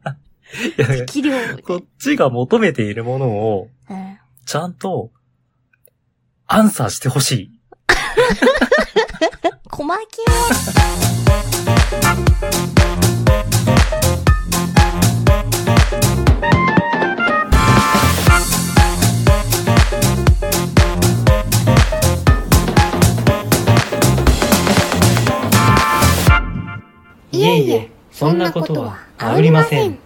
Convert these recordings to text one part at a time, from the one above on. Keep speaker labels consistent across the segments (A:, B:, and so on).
A: いや
B: 適量。
A: こっちが求めているものを、
B: うん。
A: ちゃんと、アンサーしてほしい。
B: 細けー。
C: そんなことはありません。。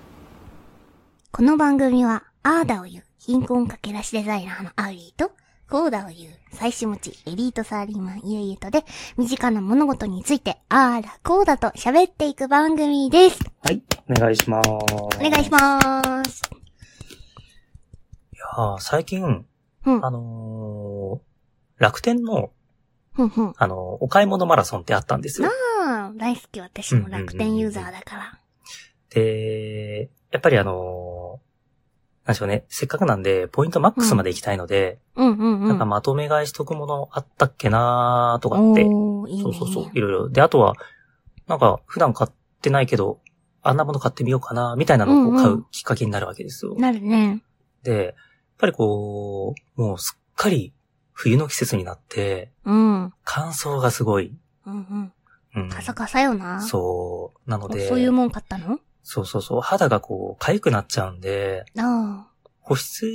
B: この番組は、アーダを言う、貧困かけらしデザイナーのアウリーと、コーダを言う、妻子持ち、エリートサラリーマン、ゆうゆうとで、身近な物事について、あーら、こうだと喋っていく番組です。
A: はい。お願いします。お
B: お願いし
A: ま
B: ます。
A: す。いやー最近、
B: うん
A: あのー楽天の、
B: ふんふん。
A: あのーお買い物マラソンってあったんですよ。
B: あー大好き、私も楽天ユーザーだから。
A: で、やっぱりあのーなんでしょうね。せっかくなんで、ポイントマックスまで行きたいので、
B: うんうんうん。
A: なんかまとめ買いしとくものあったっけなーとかって、
B: おーいいね。
A: そうそうそ
B: いうい、ね
A: いろいろ。で、あとは、なんか普段買ってないけど、あんなもの買ってみようかな、みたいなのをこ
B: うん
A: う
B: う
A: ん買うきっかけになるわけですよ。
B: なるね。
A: で、やっぱりこう、もうすっかり冬の季節になって、
B: うん。うん
A: 乾燥がすごい。
B: うん。
A: うん。
B: カサカサよな。
A: そう。なので、
B: そういうもん買ったの
A: そうそうそう、肌がこう、痒くなっちゃうんで、
B: ああ。
A: 保湿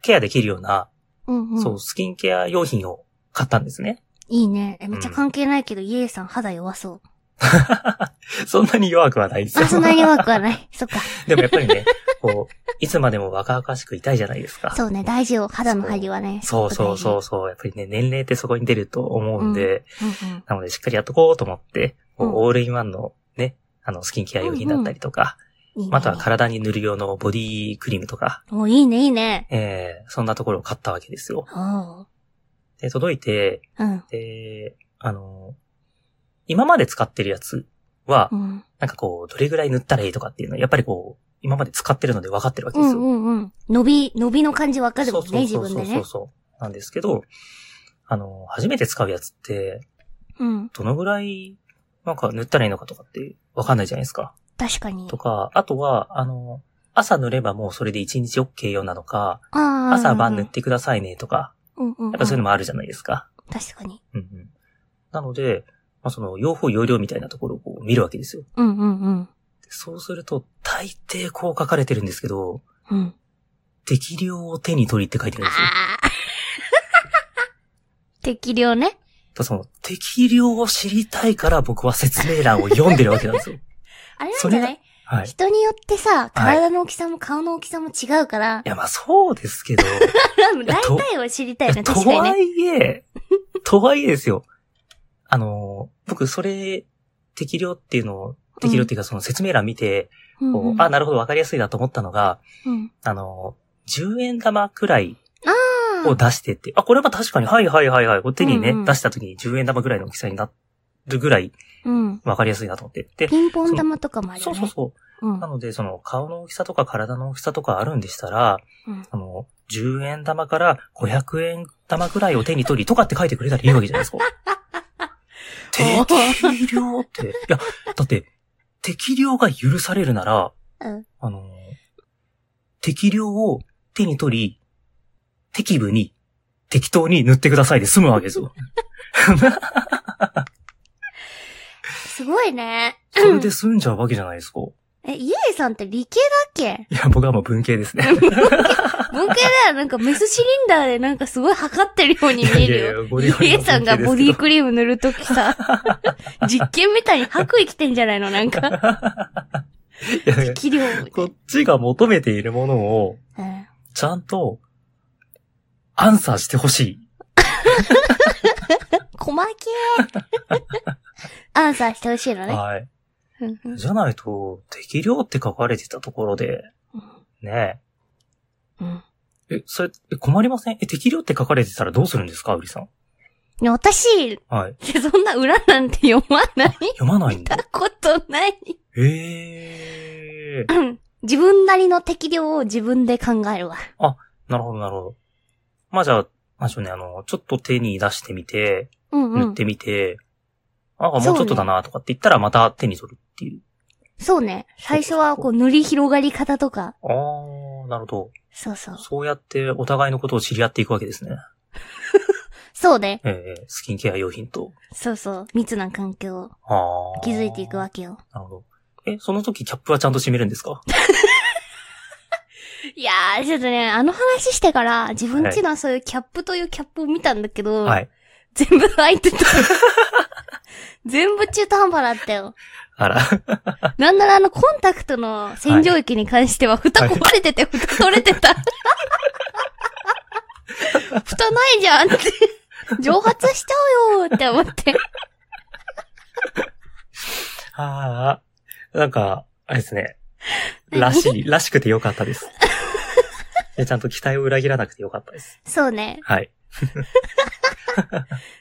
A: ケアできるような、
B: うんうん。
A: そう、スキンケア用品を買ったんですね。
B: いいね。えめっちゃ関係ないけど、イエイさん肌弱そう。
A: そんなに弱くはないですよ
B: あ、そんなに弱くはない。 そっか。
A: でもやっぱりね、こう、いつまでも若々しくいたいじゃないですか。
B: そうね、大事よ。肌の張りはね。
A: そうそうそうそう。やっぱりね、年齢ってそこに出ると思うんで、
B: うんうん。
A: なのでしっかりやっとこうと思って、こう
B: うん
A: オールインワンのね、あの、スキンケア用品だったりとか、
B: いいね。
A: または体に塗る用のボディクリームとか、
B: おいいね、いいね。
A: えー、そんなところを買ったわけですよ。
B: おう。
A: で、届いて、
B: うん。
A: で、あの、今まで使ってるやつは
B: う、ん。
A: なんかこう、どれぐらい塗ったらいいとかっていうのは、やっぱりこう、今まで使ってるので分かってるわけ
B: う
A: です
B: ん
A: よ。
B: うんうん。伸び、伸びの感じわかるもんね、自
A: そう
B: 分
A: そう
B: で
A: そう
B: ね。
A: そう。なんですけど、あの、初めて使うやつって、
B: うん。
A: どのぐらい、なんか塗ったらいいのかとかってわかんないじゃないですか。
B: 確かに
A: と。か、あとは、あの、朝塗ればもうそれで1日 OK よなのか、
B: ああ。
A: 朝晩塗ってくださいねとか、
B: うんうん。
A: やっぱそういうの
B: も。
A: もあるじゃないですか。
B: 確かに。
A: うんうん、なので、まあ、その、用法用量みたいなところをこう見るわけですよ。
B: うんうんうん。
A: でそうすると、大抵こう書かれてるんですけど、
B: うん。
A: 適量を手に取りって書いてるんですよ。だか
B: ああ。 適量ね。
A: らその、適量を知りたいから僕は説明欄を読んでるわけなん ですよ。
B: あれなんじ
A: そ
B: ゃ
A: れ
B: な
A: が
B: い
A: はい。い
B: 人によってさ、体の大きさも顔の大きさも違うから、
A: や、まあそうですけど、
B: 大体は知りたいね、
A: と
B: 確かにね
A: は。いえ、とはいえですよ。あの、僕、それ、適量っていうのを、適量っていうか、その説明欄見て、
B: うん
A: こう
B: うん
A: あ、なるほど、わかりやすいなと思ったのが、
B: うん
A: あの、10円玉くらい
B: あー
A: を出してって、あ、これは確かに、はいはいはいはい、こう手にね、
B: うんうん
A: 出した時に10円玉くらいの大きさになるぐらい、
B: うん。
A: わかりやすいなと思って。で、
B: ピンポン玉とかもある
A: そ
B: よ
A: うそ
B: ね。
A: うそうう。
B: ん
A: なので、その、顔の大きさとか体の大きさとかあるんでしたら、
B: うん。
A: あの、10円玉から500円玉くらいを手に取りとかって書いてくれたらいいわけじゃないです か。適量って。いや、だって、適量が許されるなら、
B: うん
A: あの、適量を手に取り、適部に、適当に塗ってくださいで済むわけですよ。
B: すごいね。
A: それで済んじゃうわけじゃないですか。
B: え、イエイさんって理系だっけ
A: いや、僕はもう文系です ね。
B: 文系だよ。なんかメスシリンダーでなんかすごい測ってるように見えるよ。
A: ゴ
B: イ
A: リゴリ
B: エ
A: の
B: イさんがボ
A: 文
B: デ
A: 系です
B: ィ
A: けど
B: クリーム塗ると きさ、実験みたいに白衣着てんじゃないのなんか、
A: いやいや
B: 適量。
A: こっちが求めているものを、
B: うん
A: ちゃんと、アンサーしてほしい。
B: 細けー。 アンサーしてほしいのね。
A: はい。
B: うんうん
A: じゃないと、適量って書かれてたところで、ね
B: うん
A: え。え、それ、え困りませんえ、適量って書かれてたらどうするんですかうりさん。
B: いや私、
A: はい。
B: そんな裏なんて読まない
A: 読まないんだ。
B: ことない。
A: へえ。
B: 自分なりの適量を自分で考えるわ。
A: なるほど、なるほど。まあじゃあ、なんでしょうね、あの、ちょっと手に出してみて、
B: うんう
A: 塗っ
B: ん。
A: てみて、あ、もうちょっとだなとかって言ったらまた手に取るっていう。
B: そうね。最初はこう塗り広がり方とか。
A: あー、なるほど。
B: そうそう。
A: そうやってお互いのことを知り合っていくわけですね。
B: そうね。
A: ええスキンケア用品と。
B: そうそう。密な環境を
A: あー。
B: 築いていくわけよ。
A: なるほど。え、その時キャップはちゃんと閉めるんですか
B: いやー、ちょっとね、あの話してから、自分ちのそういうキャップというキャップを見たんだけど、
A: はい。
B: 全部開いてた。 全部中途半端だったよ。
A: あら。
B: なんならあのコンタクトの洗浄液に関しては
A: は
B: 蓋
A: い
B: 壊れてて、蓋取れて た。蓋ないじゃんって。蒸発しちゃうよーって思って。
A: ああ、なんか、あれですね。
B: 何
A: らしい、らしくてよかった です。でちゃんと期待を裏切らなくてよかったです。
B: そうね。
A: はい。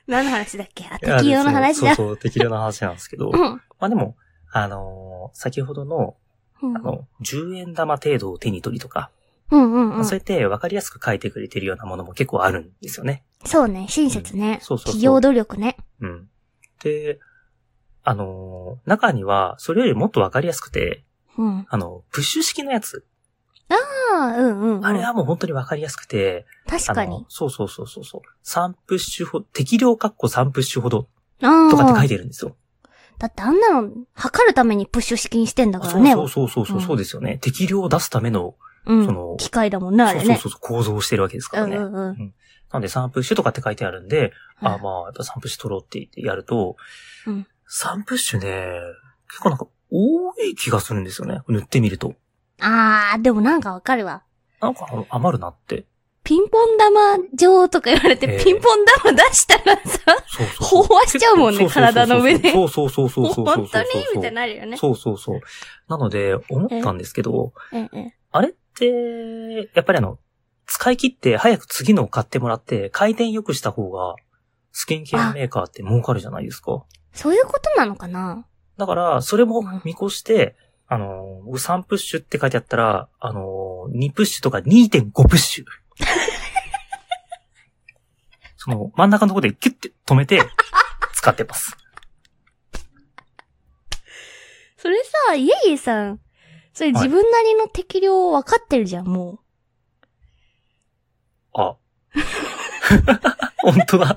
B: 何の話だっけあ、
A: いや
B: 適用の話だ。
A: そうそう、適量の話なんですけど。
B: う
A: ま
B: ん。
A: あでも、あのー先ほどの、
B: うん
A: あの、10円玉程度を手に取りとか、
B: うんうんう
A: まあ
B: ん。
A: そうやって分かりやすく書いてくれてるようなものも結構あるんですよね。
B: そうね。親切ね。
A: そうそうそう
B: 企業努力ね。
A: うん。で、あのー中には、それよりもっと分かりやすくて、
B: うん。
A: あの、プッシュ式のやつ。
B: ああ、うんうんうん。
A: あれはもう本当に分かりやすくて、
B: 確
A: あ
B: か
A: の
B: に。
A: そうそうそうそうそう。3プッシュほど、適量括弧3プッシュほど
B: ああ。
A: とかって書いてるんですよ。
B: だってあんなの、測るためにプッシュ式にしてんだから
A: そう
B: ね。
A: そうそうそうそう、
B: うん
A: そうですよね。適量を出すための、
B: うん
A: その
B: 機械だもんね、あ
A: そう
B: れ
A: そう
B: ね。
A: そうそう、構造をしてるわけですか
B: う
A: ら
B: ん
A: ね。
B: うんうん。
A: なので3プッシュとかって書いてあるんで、
B: うん
A: あまあ、やっぱ3プッシュ取ろうって言ってやると、
B: うん
A: 3プッシュね、結構なんか多い気がするんですよね。塗ってみると。
B: あー、でもなんかわかるわ。
A: なんかあの余るなって。
B: ピンポン玉状とか言われて、
A: ええ
B: ピンポン玉出したらさ、
A: そうそうそう。
B: 飽和しちゃうもんね
A: 結構そうそうそうそう
B: 体の上で
A: そうそうそうそうそうそうそう。
B: 本当にみたいになるよね。
A: そうそうそう。なので、思ったんですけど、
B: ええ
A: あれって、やっぱりあの、使い切って早く次のを買ってもらって、回転良くした方が、スキンケアメーカーって儲かるじゃないですか。
B: そういうことなのかな
A: だから、それも見越して、あのー、僕3プッシュって書いてあったら、あのー、2プッシュとか2.5プッシュ。その、真ん中のところでキュッて止めて、使ってます。
B: それさ、イエイエさん、それ自分なりの適量分かってるじゃん、もう。
A: あ。本当だ。